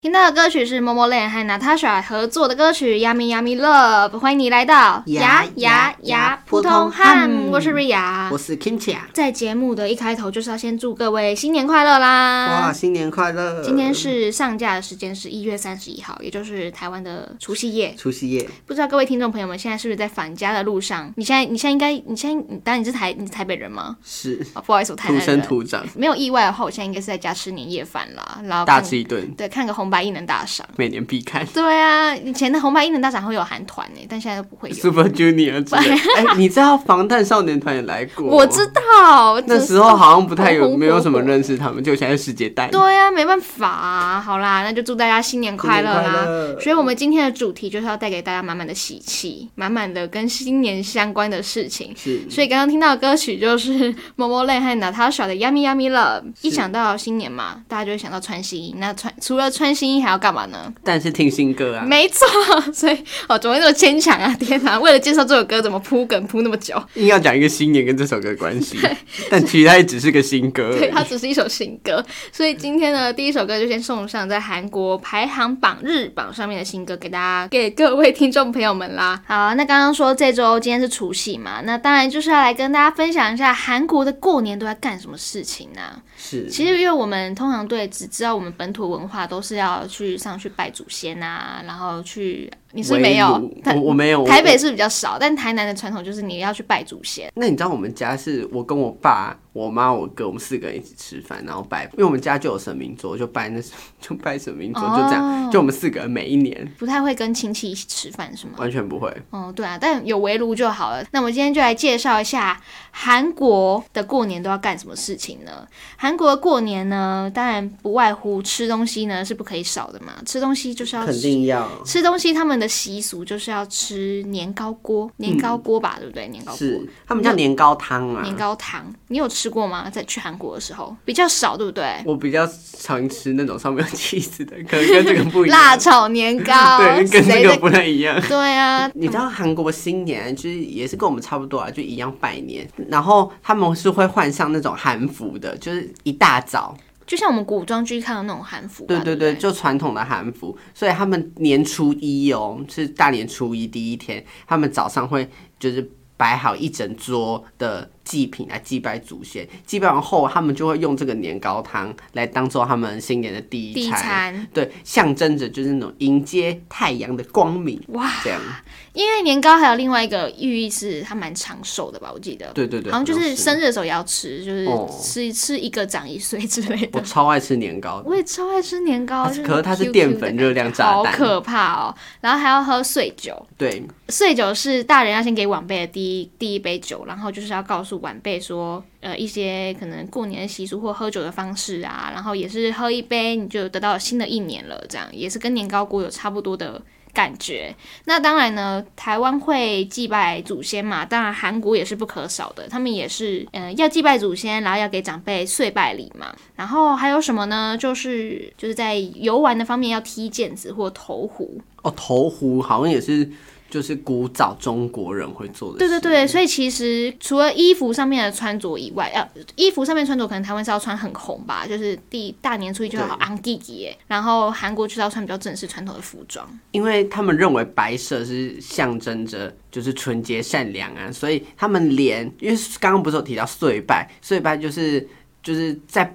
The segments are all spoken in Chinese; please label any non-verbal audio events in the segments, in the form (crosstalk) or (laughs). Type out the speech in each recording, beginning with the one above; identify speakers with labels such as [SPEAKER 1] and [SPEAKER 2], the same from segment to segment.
[SPEAKER 1] 听到的歌曲是 Momo Land 和 Natasha 合作的歌曲《Yummy Yummy Love》，欢迎你来到
[SPEAKER 2] 呀呀呀
[SPEAKER 1] 普通汉
[SPEAKER 2] 普通汉，
[SPEAKER 1] 我是瑞亚
[SPEAKER 2] 我。是 Kimchi 啊，
[SPEAKER 1] 在节目的一开头就是要先祝各位新年快乐啦！
[SPEAKER 2] 哇，新年快乐！
[SPEAKER 1] 嗯今天是上架的时间是一月三十一号，也就是台湾的除夕夜。
[SPEAKER 2] 除夕
[SPEAKER 1] (laughs)
[SPEAKER 2] 夜，
[SPEAKER 1] 不知道各位听众朋友们现在是不是在返家的路上？你现在，你现在应该，你现在，你当然你是台，你是台北人吗？
[SPEAKER 2] 是
[SPEAKER 1] 啊，不好意思，我台
[SPEAKER 2] 土
[SPEAKER 1] 南
[SPEAKER 2] 生
[SPEAKER 1] 人。
[SPEAKER 2] 土长，
[SPEAKER 1] 没有意外的话，我现在应该是在家吃年夜饭啦，然后
[SPEAKER 2] 大
[SPEAKER 1] 看
[SPEAKER 2] 吃一顿，
[SPEAKER 1] 对看个红白艺能大赏。
[SPEAKER 2] 每年必看。 (laughs)
[SPEAKER 1] 对啊，以前的红白艺能大赏会有韩团欸呢，但现在都不会有。
[SPEAKER 2] Super Junior 之类，哎、你知道防弹少年团也来过？
[SPEAKER 1] 我知道，
[SPEAKER 2] 那
[SPEAKER 1] 只
[SPEAKER 2] 时候好像不太
[SPEAKER 1] 红
[SPEAKER 2] 有
[SPEAKER 1] 红
[SPEAKER 2] 没有什么
[SPEAKER 1] 火火
[SPEAKER 2] 认识他们，就现在世界代。
[SPEAKER 1] 对啊，没办法、啊，好啦，那就祝大家新年快乐
[SPEAKER 2] 新
[SPEAKER 1] 啦
[SPEAKER 2] 年快！乐
[SPEAKER 1] 所以，我们今天的主题就是要带给大家满满的喜气，满满的跟新年相关的事情。
[SPEAKER 2] 是
[SPEAKER 1] 所以刚刚听到的歌曲就是 (laughs) Momo Lane 和 Natasha 的 Yummy Yummy Love。一
[SPEAKER 2] 是
[SPEAKER 1] 想到新年嘛，大家就会想到穿新衣。那穿除了穿新衣还要干嘛呢？
[SPEAKER 2] 但是听新歌啊，
[SPEAKER 1] 没错，所以哦，怎么会那么牵强啊？天哪，为了介绍这首歌，怎么铺梗铺那么久？
[SPEAKER 2] 硬要讲一个新年跟这首歌的关
[SPEAKER 1] (laughs)
[SPEAKER 2] 系，但其实它也只是个新歌而已。
[SPEAKER 1] 对，它只是一首新歌。所以今天呢，第一首歌就先送上在韩国排行榜日榜上面的新歌给大家，给各位听众朋友们啦。好啊，那刚刚说这周今天是除夕嘛，那当然就是要来跟大家分享一下韩国的过年都在干什么事情呢、啊
[SPEAKER 2] 是
[SPEAKER 1] 其实，因为我们通常对只知道我们本土文化都是要去上去拜祖先啊，然后去你是
[SPEAKER 2] 围
[SPEAKER 1] 没有
[SPEAKER 2] 炉，
[SPEAKER 1] 台
[SPEAKER 2] 我我没有。我
[SPEAKER 1] 台北是比较少，但台南的传统就是你要去拜祖先。
[SPEAKER 2] 那你知道我们家是我跟我爸、我妈、我哥，我们四个人一起吃饭，然后拜，因为我们家就有神明桌，就拜那 (laughs) 就拜神明桌，就这样，
[SPEAKER 1] 哦
[SPEAKER 2] 就我们四个人每一年
[SPEAKER 1] 不太会跟亲戚一起吃饭是吗？
[SPEAKER 2] 完全不会。
[SPEAKER 1] 哦，对啊，但有围炉就好了。那我们今天就来介绍一下韩国的过年都要干什么事情呢？韩国的过年呢，当然不外乎吃东西呢是不可以少的嘛，吃东西就是要吃。
[SPEAKER 2] 定要
[SPEAKER 1] 吃东西，他们的习俗就是要吃年糕锅，年糕锅吧，对不对？年糕锅、
[SPEAKER 2] 嗯是他们叫年糕汤
[SPEAKER 1] 年
[SPEAKER 2] 啊。
[SPEAKER 1] 糕糖，你有吃过吗？在去韩国的时候比较少，对不对？
[SPEAKER 2] 我比较常吃那种上面有 cheese 的，可能跟这个不一样。
[SPEAKER 1] 辣炒年糕，
[SPEAKER 2] (laughs) 对，跟
[SPEAKER 1] 谁
[SPEAKER 2] 这个
[SPEAKER 1] 的？
[SPEAKER 2] 不太一样。
[SPEAKER 1] 对啊，
[SPEAKER 2] 你知道韩国新年就是也是跟我们差不多啊，就一样拜年，然后他们是会换上那种韩服的，就是一大早，
[SPEAKER 1] 就像我们古装剧看到那种韩服吧，
[SPEAKER 2] 对
[SPEAKER 1] 对
[SPEAKER 2] 对
[SPEAKER 1] 不
[SPEAKER 2] 对，就传统的韩服，所以他们年初一哦，是大年初一第一天，他们早上会就是摆好一整桌的祭品来祭拜祖先，祭拜完后，他们就会用这个年糕汤来当做他们新年的第
[SPEAKER 1] 第
[SPEAKER 2] 一
[SPEAKER 1] 一
[SPEAKER 2] 餐，
[SPEAKER 1] 餐。
[SPEAKER 2] 对，象征着就是那种迎接太阳的光明，
[SPEAKER 1] 哇，
[SPEAKER 2] 这样，
[SPEAKER 1] 因为年糕还有另外一个寓意是它蛮长寿的吧，我记得。
[SPEAKER 2] 对对对，
[SPEAKER 1] 好像就
[SPEAKER 2] 好
[SPEAKER 1] 是生日的时候也要吃，就是
[SPEAKER 2] 哦
[SPEAKER 1] 吃、吃一个长一岁之类
[SPEAKER 2] 我
[SPEAKER 1] 的。
[SPEAKER 2] 超爱吃年糕的。
[SPEAKER 1] 我也超爱吃年糕，
[SPEAKER 2] 哦它是
[SPEAKER 1] 就
[SPEAKER 2] 可是它是
[SPEAKER 1] QQ
[SPEAKER 2] 淀粉
[SPEAKER 1] 的
[SPEAKER 2] 热量炸
[SPEAKER 1] 好
[SPEAKER 2] 弹，
[SPEAKER 1] 可怕哦！然后还要喝碎酒，
[SPEAKER 2] 对，
[SPEAKER 1] 碎酒是大人要先给晚辈的第一第一杯酒，然后就是要告诉晚辈说，呃，一些可能过年的习俗或喝酒的方式啊，然后也是喝一杯你就得到新的一年了，这样也是跟年糕锅有差不多的。感觉，那当然呢，台湾会祭拜祖先嘛，当然韩国也是不可少的，他们也是，嗯、要祭拜祖先，然后要给长辈岁拜礼嘛，然后还有什么呢？就是就是在游玩的方面要踢毽子或投壶，
[SPEAKER 2] 哦，投壶好像也是就是古早中国人会做的，
[SPEAKER 1] 对对，对，所以其实除了衣服上面的穿着以外，呃，衣服上面穿着可能台湾是要穿很红吧，就是第大年初一就要
[SPEAKER 2] 对
[SPEAKER 1] 昂弟弟耶，然后韩国就是要穿比较正式传统的服装。
[SPEAKER 2] 因为他们认为白色是象征着就是纯洁善良啊，所以他们连因为刚刚不是有提到岁拜，岁拜就是就是在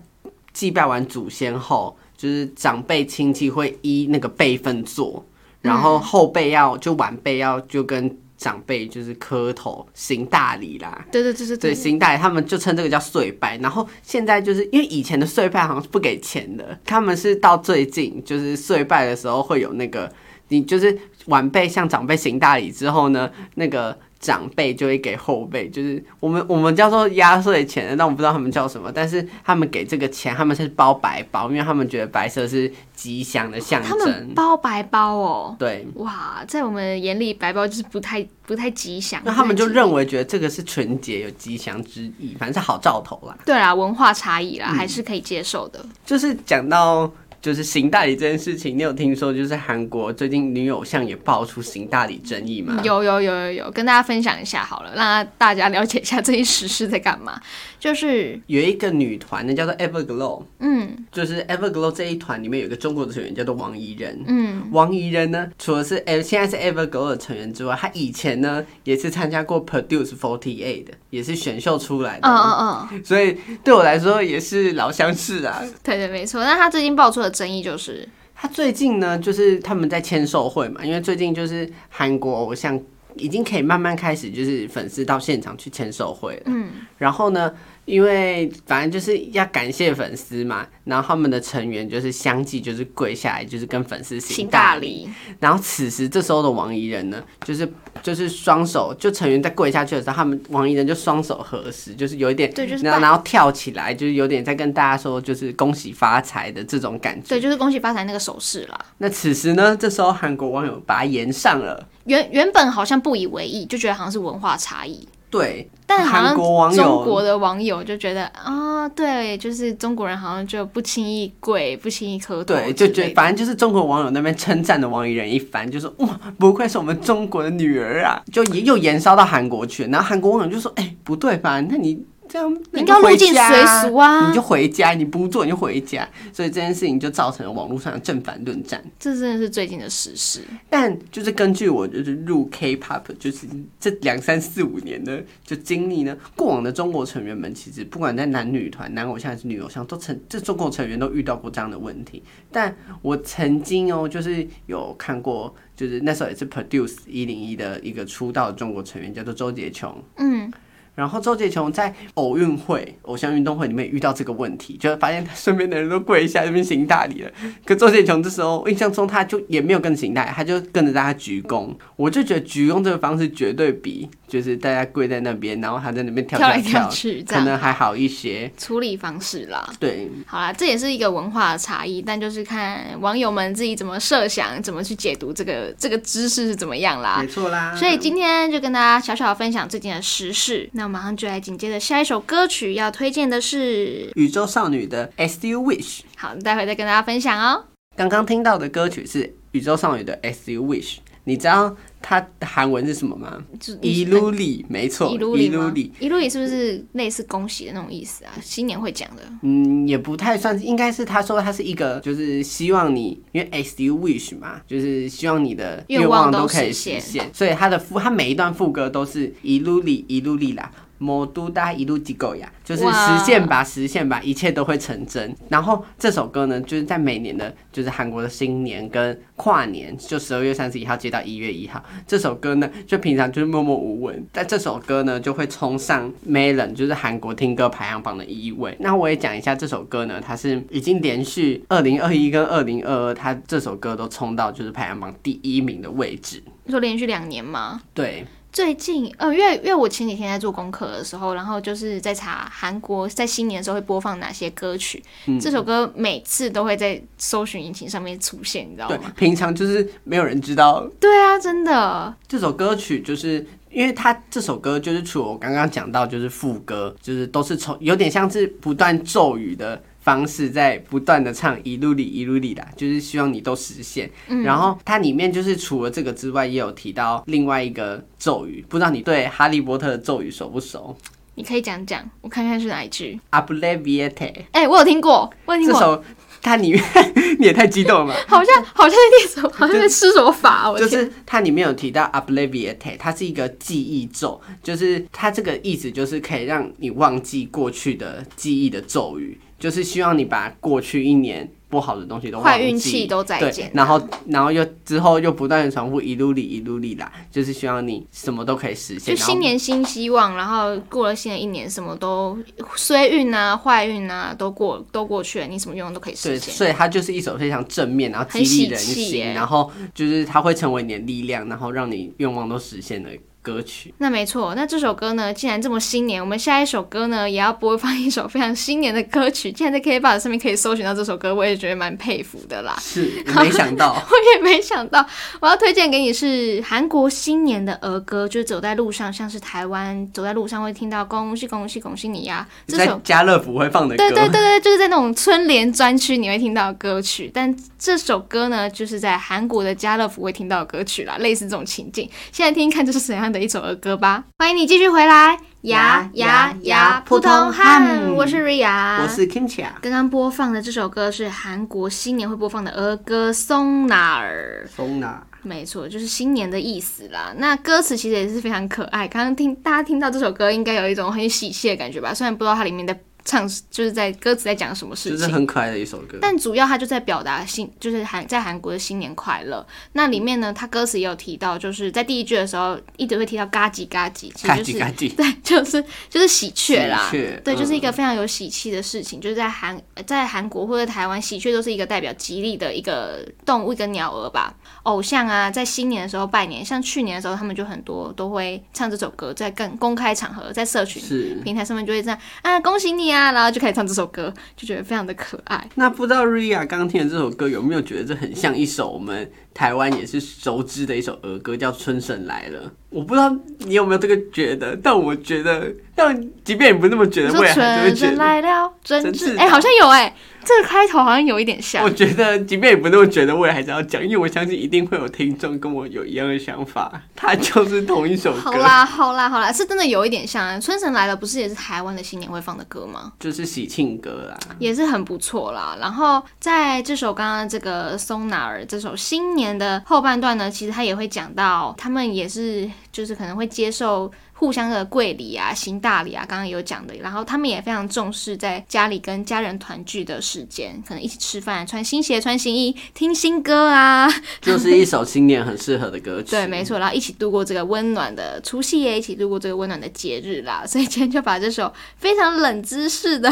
[SPEAKER 2] 祭拜完祖先后，就是长辈亲戚会依那个辈分做，然后后辈要就晚辈要就跟长辈就是磕头行大礼啦，
[SPEAKER 1] 对对对对
[SPEAKER 2] 对，
[SPEAKER 1] 对，
[SPEAKER 2] 新代他们就称这个叫岁拜，然后现在就是因为以前的岁拜好像是不给钱的，他们是到最近就是岁拜的时候会有那个，你就是晚辈向长辈行大礼之后呢，那个长辈就会给后辈，就是我们我们叫做压岁钱，但我不知道他们叫什么，但是他们给这个钱，他们是包白包，因为他们觉得白色是吉祥的象
[SPEAKER 1] 他们
[SPEAKER 2] 征。
[SPEAKER 1] 包白包哦，
[SPEAKER 2] 对，
[SPEAKER 1] 哇，在我们眼里白包就是不太不太吉祥，
[SPEAKER 2] 那他们就
[SPEAKER 1] 不太吉
[SPEAKER 2] 认为觉得这个是纯洁有吉祥之意，反正是好兆头啦。
[SPEAKER 1] 对啦，文化差异啦，
[SPEAKER 2] 嗯
[SPEAKER 1] 还是可以接受的。
[SPEAKER 2] 就是讲到就是行大礼这件事情，你有听说就是韩国最近女偶像也爆出行大礼争议吗？
[SPEAKER 1] 有有有有有，跟大家分享一下好了，让大家了解一下最近时事在干嘛。就是
[SPEAKER 2] 有一个女团呢，叫做 Everglow，
[SPEAKER 1] 嗯
[SPEAKER 2] 就是 Everglow 这一团里面有一个中国的成员叫做王怡人。
[SPEAKER 1] 嗯，
[SPEAKER 2] 王怡人呢，除了是 Ev- 现在是 Everglow 的成员之外，她以前呢也是参加过 Produce Forty Eight 的，也是选秀出来
[SPEAKER 1] 嗯
[SPEAKER 2] 的，
[SPEAKER 1] 嗯嗯，
[SPEAKER 2] 所以对我来说也是老相识啊。
[SPEAKER 1] 对对没错。那他最近爆出的争议就是，
[SPEAKER 2] 他最近呢，就是他们在签售会嘛，因为最近就是韩国偶像已经可以慢慢开始，就是粉丝到现场去签售会了。嗯，然后呢，因为反正就是要感谢粉丝嘛，然后他们的成员就是相继就是跪下来，就是跟粉丝
[SPEAKER 1] 行大
[SPEAKER 2] 大
[SPEAKER 1] 礼，
[SPEAKER 2] 然后此时这时候的王怡人呢，就是就是双手就成员在跪下去的时候，他们王怡人就双手合十，就是有一点，
[SPEAKER 1] 对就是
[SPEAKER 2] 然后
[SPEAKER 1] 拜
[SPEAKER 2] 然后跳起来，就是有点在跟大家说就是恭喜发财的这种感觉。
[SPEAKER 1] 对，就是恭喜发财那个手势啦。
[SPEAKER 2] 那此时呢，这时候韩国网友把它延上了。
[SPEAKER 1] 原原本好像不以为意，就觉得好像是文化差异，
[SPEAKER 2] 对，
[SPEAKER 1] 但好
[SPEAKER 2] 韩国网
[SPEAKER 1] 像
[SPEAKER 2] 友
[SPEAKER 1] 中国的网友就觉得啊，对，就是中国人好像就不轻易跪，不轻易磕头之类
[SPEAKER 2] 对，
[SPEAKER 1] 的，
[SPEAKER 2] 就觉得反正就是中国网友那边称赞的王怡人一番，就说哇，不愧是我们中国的女儿啊，就也又延烧到韩国去。然后韩国网友就说，哎、不对吧？那你这样，
[SPEAKER 1] 你
[SPEAKER 2] 那
[SPEAKER 1] 应
[SPEAKER 2] 就
[SPEAKER 1] 该入
[SPEAKER 2] 回
[SPEAKER 1] 境
[SPEAKER 2] 家
[SPEAKER 1] 随俗啊
[SPEAKER 2] 你就回家，你不做你就回家。所以这件事情就造成了网络上的正反论战。
[SPEAKER 1] 这真的是最近的时事。
[SPEAKER 2] 但就是根据我就是入 K-pop，就是这两三四五年的就经历呢，过往的中国成员们其实不管在男女团、男偶像还是女偶像，都曾这中国成员都遇到过这样的问题。但我曾经哦，就是有看过，就是那时候也是 Produce 一零一的一个出道的中国成员，叫做周杰琼。
[SPEAKER 1] 嗯，
[SPEAKER 2] 然后周杰琼在偶运会、偶像运动会里面也遇到这个问题，就是发现他身边的人都跪下，这边行大礼了。可周杰琼这时候，我印象中他就也没有跟着行大礼，他就跟着大家鞠躬。我就觉得鞠躬这个方式绝对比就是大家跪在那边，然后他在那边跳
[SPEAKER 1] 跳来
[SPEAKER 2] 跳
[SPEAKER 1] 跳，去这
[SPEAKER 2] 可
[SPEAKER 1] 样
[SPEAKER 2] 能还好一些。
[SPEAKER 1] 处理方式啦。
[SPEAKER 2] 对，
[SPEAKER 1] 好啦，这也是一个文化的差异，但就是看网友们自己怎么设想，怎么去解读这个这个知识是怎么样啦
[SPEAKER 2] 没。错啦。
[SPEAKER 1] 啊所以今天就跟大家小小分享最近的时事，那我马上就来紧接着下一首歌曲要推荐的是，
[SPEAKER 2] 宇宙少女的《As You Wish》，
[SPEAKER 1] 好，待会再跟大家分享哦。
[SPEAKER 2] 刚刚听到的歌曲是宇宙少女的《As You Wish》，你知道它的韩文是什么吗？
[SPEAKER 1] 就
[SPEAKER 2] 伊鲁里，没错，
[SPEAKER 1] 一路里吗
[SPEAKER 2] 里。？
[SPEAKER 1] 一路里是不是类似恭喜的那种意思啊？新年会讲的。
[SPEAKER 2] 嗯，也不太算是，应该是他说他是一个，就是希望你，因为 as you wish 嘛，就是希望你的
[SPEAKER 1] 愿
[SPEAKER 2] 愿
[SPEAKER 1] 望
[SPEAKER 2] 望
[SPEAKER 1] 都
[SPEAKER 2] 可以
[SPEAKER 1] 实现
[SPEAKER 2] 实现。所以他的副，他每一段副歌都是一路里一路里啦。魔都大一路机构呀，就是
[SPEAKER 1] 哇
[SPEAKER 2] 实现吧，实现吧，一切都会成真。然后这首歌呢，就是在每年的，就是韩国的新年跟跨年，就十二月三十一号接到一月一号，这首歌呢，就平常就是默默无闻，但这首歌呢就会冲上 Melon，就是韩国听歌排行榜的一位。那我也讲一下这首歌呢，它是已经连续二零二一跟二零二二，它这首歌都冲到就是排行榜第一名的位置。
[SPEAKER 1] 你说连续两年吗？
[SPEAKER 2] 对，
[SPEAKER 1] 最近，呃，因为因为我前几天在做功课的时候，然后就是在查韩国在新年的时候会播放哪些歌曲，
[SPEAKER 2] 嗯
[SPEAKER 1] 这首歌每次都会在搜寻引擎上面出现，你知道
[SPEAKER 2] 对
[SPEAKER 1] 吗？，
[SPEAKER 2] 平常就是没有人知道
[SPEAKER 1] 对啊，真的，
[SPEAKER 2] 这首歌曲，就是因为它这首歌就是除了我刚刚讲到就是副歌，就是都是从有点像是不断咒语的方式在不断的唱一路里一路里啦，就是希望你都实现。
[SPEAKER 1] 嗯
[SPEAKER 2] 然后它里面就是除了这个之外，也有提到另外一个咒语，不知道你对哈利波特的咒语熟不熟
[SPEAKER 1] 你可以讲讲，我看看是哪一句。
[SPEAKER 2] ？Ableviate
[SPEAKER 1] 哎、我有听过，我有听
[SPEAKER 2] 这
[SPEAKER 1] 过，
[SPEAKER 2] 首，它里面 (laughs) 你也太激动了吧？
[SPEAKER 1] 好
[SPEAKER 2] (laughs)
[SPEAKER 1] 像好像在念什么，好像在吃什么法啊，我
[SPEAKER 2] 就
[SPEAKER 1] 天。
[SPEAKER 2] 是它里面有提到 obliviate，它是一个记忆咒，就是它这个意思就是可以让你忘记过去的记忆的咒语，就是希望你把过去一年不好的东西都忘
[SPEAKER 1] 坏
[SPEAKER 2] 记
[SPEAKER 1] 运气都再见
[SPEAKER 2] 对，然后然后又之后又不断的重复一路里一路里啦，就是希望你什么都可以实现，
[SPEAKER 1] 就
[SPEAKER 2] 然后
[SPEAKER 1] 新年新希望，然后过了新的一年，什么都衰运啊、坏运啊都过都过去了，你什么愿望都可以实
[SPEAKER 2] 对，
[SPEAKER 1] 现。
[SPEAKER 2] 所以它就是一首非常正面，然后激
[SPEAKER 1] 很喜
[SPEAKER 2] 励人
[SPEAKER 1] 气耶
[SPEAKER 2] 心，然后就是它会成为你的力量，然后让你愿望都实现的歌曲。
[SPEAKER 1] 那没错，那这首歌呢，既然这么新年，我们下一首歌呢，也要播放一首非常新年的歌曲。竟然在 KBox 上面可以搜寻到这首歌，我也觉得蛮佩服的啦。
[SPEAKER 2] 是，我没想到，
[SPEAKER 1] 我也没想到，我要推荐给你是韩国新年的儿歌，就是走在路上，像是台湾走在路上会听到“恭喜恭喜恭喜你呀”这
[SPEAKER 2] 在
[SPEAKER 1] 首。
[SPEAKER 2] 家乐福会放的歌。
[SPEAKER 1] 对对对对，就是在那种春联专区你会听到的歌曲，但这首歌呢，就是在韩国的家乐福会听到的歌曲啦，类似这种情境。现在听听看这是怎样的一首儿歌吧。欢迎你继续回来，
[SPEAKER 2] 呀
[SPEAKER 1] 呀呀
[SPEAKER 2] 呀
[SPEAKER 1] 呀，
[SPEAKER 2] 普
[SPEAKER 1] 普
[SPEAKER 2] 通
[SPEAKER 1] 通
[SPEAKER 2] 汉
[SPEAKER 1] 汉，我是瑞亚，
[SPEAKER 2] 我是 Kimchi 啊，
[SPEAKER 1] 刚刚播放的这首歌是韩国新年会播放的儿歌《松哪儿》。
[SPEAKER 2] 松娜，
[SPEAKER 1] 没错，就是新年的意思啦。那歌词其实也是非常可爱。刚刚听大家听到这首歌，应该有一种很喜气的感觉吧？虽然不知道它里面在唱，就是在歌词在讲什么事
[SPEAKER 2] 就
[SPEAKER 1] 情，
[SPEAKER 2] 是很可爱的一首歌。
[SPEAKER 1] 但主要它就在表达新，就是韩在韩国的新年快乐。那里面呢，它歌词也有提到，就是在第一句的时候一直会提到嘎叽嘎叽，其
[SPEAKER 2] 嘎
[SPEAKER 1] 实就
[SPEAKER 2] 叽
[SPEAKER 1] 是
[SPEAKER 2] 嘎叽，
[SPEAKER 1] 对， (laughs) 就是就是喜鹊啦，
[SPEAKER 2] 喜鹊
[SPEAKER 1] 对，就是一
[SPEAKER 2] 嗯
[SPEAKER 1] 个非常有喜气的事情。就是在韩呃在韩国或者台湾，喜鹊都是一个代表吉利的一个动物，一个鸟儿吧。偶像啊，在新年的时候拜年，像去年的时候，他们就很多都会唱这首歌，在更公开场合，在社群
[SPEAKER 2] 是。
[SPEAKER 1] 平台上面就会这样啊，恭喜你啊，然后就开始唱这首歌，就觉得非常的可爱。
[SPEAKER 2] 那不知道 Ria 刚刚听的这首歌有没有觉得这很像一首我们台湾也是熟知的一首儿歌，叫《春神来了》？我不知道你有没有这个觉得，但我觉得，但即便你不那么觉
[SPEAKER 1] 你
[SPEAKER 2] 得，
[SPEAKER 1] 说
[SPEAKER 2] 我也还是
[SPEAKER 1] 春
[SPEAKER 2] 会觉
[SPEAKER 1] 神
[SPEAKER 2] 得。
[SPEAKER 1] 来了，真
[SPEAKER 2] 真挚
[SPEAKER 1] 挚哎，好像有哎、这个开头好像有一点像
[SPEAKER 2] 我。觉得，即便你不那么觉得，我也还是要讲，因为我相信一定会有听众跟我有一样的想法，它就是同一首
[SPEAKER 1] 好啊
[SPEAKER 2] 歌，
[SPEAKER 1] 啦，好啦，好啦，是真的有一点像啊。春神来了不是也是台湾的新年会放的歌吗？
[SPEAKER 2] 就是喜庆歌啦。
[SPEAKER 1] 也是很不错啦。然后在这首刚刚这个松哪儿这首新年的后半段呢，其实他也会讲到，他们也是就是可能会接受互相的跪礼啊、行大礼啊，刚刚有讲的。然后他们也非常重视在家里跟家人团聚的时间，可能一起吃饭、穿新鞋、穿新衣、听新歌啊， (laughs)
[SPEAKER 2] 就是一首新年很适合的歌曲。
[SPEAKER 1] 对，没错，然后一起度过这个温暖的除夕夜，一起度过这个温暖的节日啦。 (laughs) 所以今天就把这首非常冷知识的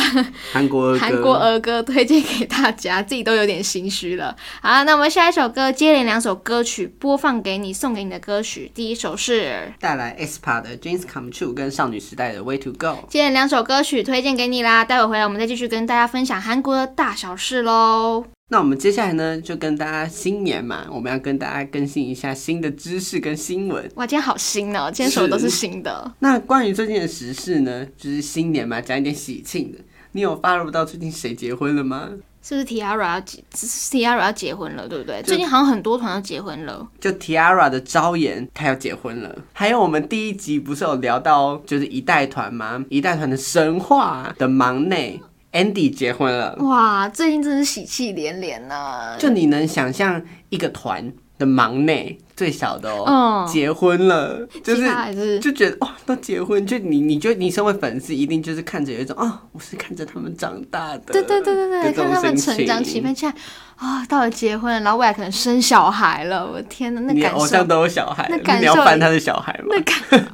[SPEAKER 2] 韩国的歌
[SPEAKER 1] 韩国儿歌推荐给大家，自己都有点心虚了。好啦，那我们下一首歌接连两首歌曲播放给你，送给你的歌曲，第一首是。
[SPEAKER 2] 带来 aespa 的 Dreams Come True 跟少女时代的 Way to Go。
[SPEAKER 1] 接连两首歌曲推荐给你啦，待会回来我们再继续跟大家分享韩国的大小事喽。
[SPEAKER 2] 那我们接下来呢，就跟大家新年嘛，我们要跟大家更新一下新的知识跟新闻。
[SPEAKER 1] 哇，今天好新哦，今天什么都
[SPEAKER 2] 是
[SPEAKER 1] 是新的。
[SPEAKER 2] 那关于最近的时事呢，就是新年嘛，讲一点喜庆的。你有 follow 到最近谁结婚了吗？
[SPEAKER 1] 是不是 Tiara 要结 Tiara 要结婚了，对不对？
[SPEAKER 2] 就
[SPEAKER 1] 最近好像很多团都结婚了。
[SPEAKER 2] 就 Tiara 的昭妍，她要结婚了。还有我们第一集不是有聊到，就是一代团吗？一代团的神话的忙内 Andy 结婚了。
[SPEAKER 1] 哇，最近真是喜气连连啊呐、
[SPEAKER 2] 就你能想象一个团的忙内最小的哦，
[SPEAKER 1] 嗯
[SPEAKER 2] 结婚了，就
[SPEAKER 1] 其
[SPEAKER 2] 是
[SPEAKER 1] 他还是
[SPEAKER 2] 就觉得哇，都结婚，就你你就你身为粉丝，一定就是看着有一种啊、我是看着他们长大的，
[SPEAKER 1] 对对对对对，
[SPEAKER 2] 这种
[SPEAKER 1] 看他们
[SPEAKER 2] 心
[SPEAKER 1] 成长
[SPEAKER 2] 情
[SPEAKER 1] 起飞，现在啊、到了结婚了，然后未来可能生小孩了，我的天呐，那
[SPEAKER 2] 你的
[SPEAKER 1] 感
[SPEAKER 2] 偶像
[SPEAKER 1] 受。
[SPEAKER 2] 都有小孩
[SPEAKER 1] 那
[SPEAKER 2] 了，
[SPEAKER 1] 感
[SPEAKER 2] 你要
[SPEAKER 1] 受
[SPEAKER 2] 翻他的小孩吗
[SPEAKER 1] 那？感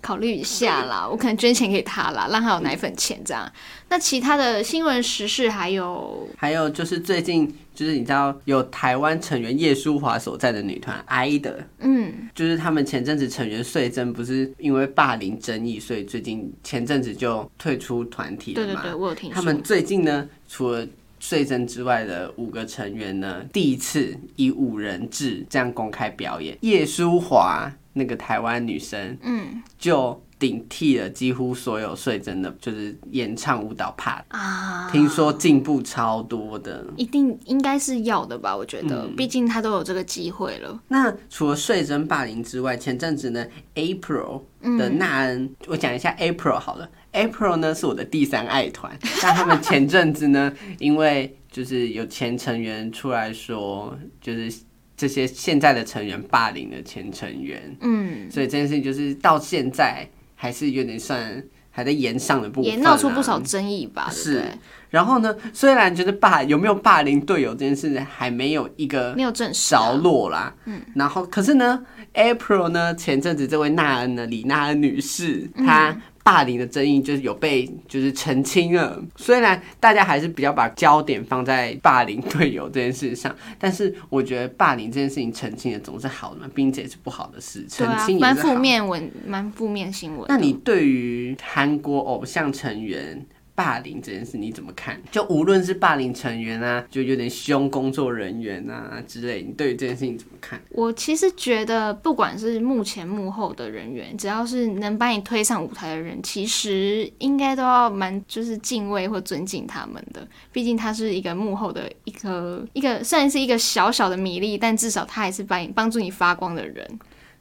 [SPEAKER 1] 考虑一下啦，我可能捐钱给他啦，让他有奶粉钱这样。那其他的新闻时事还有
[SPEAKER 2] 还有就是最近，就是你知道有台湾成员叶舒华所在的女团 I 的，
[SPEAKER 1] 嗯，
[SPEAKER 2] 就是他们前阵子成员穗珍不是因为霸凌争议，所以最近前阵子就退出团体了
[SPEAKER 1] 对
[SPEAKER 2] 嘛。
[SPEAKER 1] 对对，我有听
[SPEAKER 2] 他
[SPEAKER 1] 说。
[SPEAKER 2] 们最近呢，除了穗珍之外的五个成员呢，第一次以五人制这样公开表演。叶舒华那个台湾女生
[SPEAKER 1] 嗯
[SPEAKER 2] 就顶替了几乎所有穗珍的，就是演唱舞蹈 part，、
[SPEAKER 1] 啊，
[SPEAKER 2] 听说进步超多的。
[SPEAKER 1] 一定应该是要的吧？我觉得，
[SPEAKER 2] 嗯
[SPEAKER 1] 毕竟他都有这个机会了。
[SPEAKER 2] 那除了穗珍霸凌之外，前阵子呢，April 的
[SPEAKER 1] 嗯
[SPEAKER 2] 纳恩，我讲一下 April 好了。April 呢是我的第三爱团， (laughs) 但他们前阵子呢，因为就是有前成员出来说，就是这些现在的成员霸凌了前成员，
[SPEAKER 1] 嗯，
[SPEAKER 2] 所以这件事情就是到现在还是有点算还在延上的部分、啊，
[SPEAKER 1] 也闹出不少争议吧？对不
[SPEAKER 2] 是
[SPEAKER 1] 对
[SPEAKER 2] 然后呢，虽然就是霸有没有霸凌队友这件事还没有一个
[SPEAKER 1] 没有证实、
[SPEAKER 2] 着
[SPEAKER 1] 啊。
[SPEAKER 2] 落啦。然后可是呢，April
[SPEAKER 1] 嗯
[SPEAKER 2] 呢，前阵子这位纳恩呢，李纳恩女士，她霸凌的争议就是有被就是澄清了。虽然大家还是比较把焦点放在霸凌队友这件事上，但是我觉得霸凌这件事情澄清的总是好的嘛，并且也是不好的事，
[SPEAKER 1] 对
[SPEAKER 2] 澄
[SPEAKER 1] 啊
[SPEAKER 2] 清，也
[SPEAKER 1] 蛮
[SPEAKER 2] 是好
[SPEAKER 1] 负。面文，蛮负面新闻。
[SPEAKER 2] 那你对于韩国偶像成员？霸凌这件事你怎么看？就无论是霸凌成员啊，就有点凶工作人员啊之类，你对于这件事情怎么看？
[SPEAKER 1] 我其实觉得，不管是幕前幕后的人员，只要是能把你推上舞台的人，其实应该都要蛮就是敬畏或尊敬他们的。毕竟他是一个幕后的一颗一个，虽然是一个小小的米粒，但至少他还是帮你帮助你发光的人。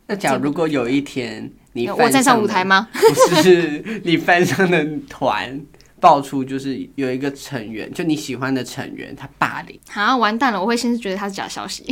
[SPEAKER 2] 那假如如果有一天你
[SPEAKER 1] 呃
[SPEAKER 2] 犯
[SPEAKER 1] 我站上
[SPEAKER 2] 了
[SPEAKER 1] 舞台吗？
[SPEAKER 2] (laughs) 不是你翻上的团爆出，就是有一个成员，就你喜欢的成员，他霸
[SPEAKER 1] (laughs)
[SPEAKER 2] 凌。
[SPEAKER 1] 啊，完蛋了！我会先是觉得他是假消息。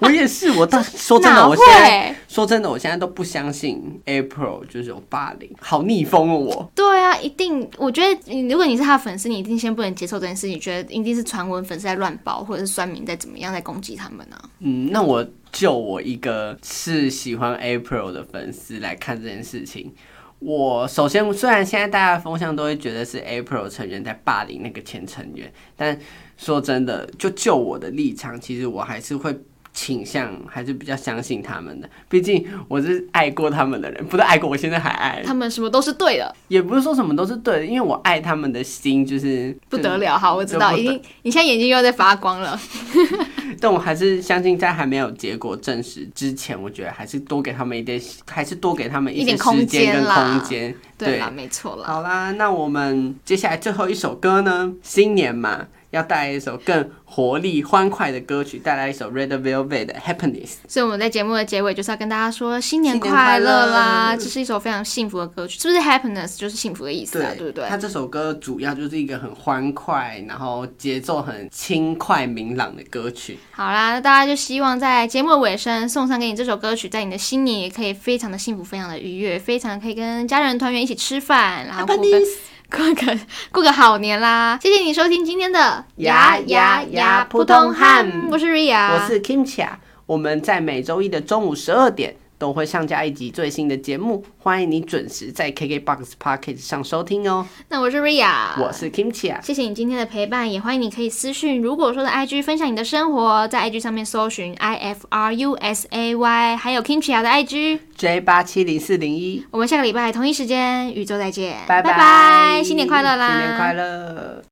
[SPEAKER 2] 我也是，我到说真的，
[SPEAKER 1] 哪
[SPEAKER 2] 我现在
[SPEAKER 1] 会？
[SPEAKER 2] 说真的，我现在都不相信 April 就是有霸凌，好逆风哦我。
[SPEAKER 1] 对啊，一定，我觉得你如果你是他的粉丝，你一定先不能接受这件事情，觉得一定是传闻粉丝在乱报，或者是酸民在怎么样在攻击他们啊。
[SPEAKER 2] 嗯，那我就我一个是喜欢 April 的粉丝来看这件事情。我首先，虽然现在大家的风向都会觉得是 April 成员在霸凌那个前成员，但说真的，就就我的立场，其实我还是会倾向，还是比较相信他们的。毕竟我是爱过他们的人，不是爱过，我现在还爱，
[SPEAKER 1] 他们什么都是对的，
[SPEAKER 2] 也不是说什么都是对的，因为我爱他们的心就是
[SPEAKER 1] 不得了。好，我知道，
[SPEAKER 2] 就不
[SPEAKER 1] 已
[SPEAKER 2] 得
[SPEAKER 1] 经你现在眼睛又在发光了。
[SPEAKER 2] (laughs) 但我还是相信，在还没有结果证实之前，我觉得还是多给他们一点，还是多给他们
[SPEAKER 1] 一
[SPEAKER 2] 些
[SPEAKER 1] 点空
[SPEAKER 2] 时间
[SPEAKER 1] 间
[SPEAKER 2] 跟
[SPEAKER 1] 啦
[SPEAKER 2] 空间。
[SPEAKER 1] 对
[SPEAKER 2] 对
[SPEAKER 1] 啦，，没错啦。
[SPEAKER 2] 好啦，那我们接下来最后一首歌呢？新年嘛，要带来一首更活力、欢快的歌曲，带来一首 Red Velvet 的 Happiness。
[SPEAKER 1] 所以我们在节目的结尾就是要跟大家说新年
[SPEAKER 2] 新年
[SPEAKER 1] 快乐
[SPEAKER 2] 快
[SPEAKER 1] 啦！
[SPEAKER 2] 乐
[SPEAKER 1] 这是一首非常幸福的歌曲，是不是？Happiness 就是幸福的意思啊，对不对？
[SPEAKER 2] 它这首歌主要就是一个很欢快，然后节奏很轻快、明朗的歌曲。
[SPEAKER 1] 好啦，那大家就希望在节目的尾声送上给你这首歌曲，在你的新年也可以非常的幸福，非常的愉悦，非常可以跟家人团圆一起吃饭，然后过个
[SPEAKER 2] Happiness
[SPEAKER 1] 过个过个好年啦！谢谢你收听今天的
[SPEAKER 2] 呀呀呀普通汉
[SPEAKER 1] 我是 Ria，
[SPEAKER 2] 我是 Kimcha，我们在每周一的中午十二点都会上架一集最新的节目，欢迎你准时在 KKBox Pocket 上收听哦。
[SPEAKER 1] 那我是 Ria，
[SPEAKER 2] 我是啊 Kimcha，
[SPEAKER 1] 谢谢你今天的陪伴，也欢迎你可以私讯，如果说的 IG 分享你的生活，在 IG 上面搜寻 I F R U S A Y，还有 Kimchi 雅的 IG。
[SPEAKER 2] J 八七零四零一，
[SPEAKER 1] 我们下个礼拜同一时间，宇宙再见，
[SPEAKER 2] 拜
[SPEAKER 1] 拜，新年快乐啦！
[SPEAKER 2] 新年快乐！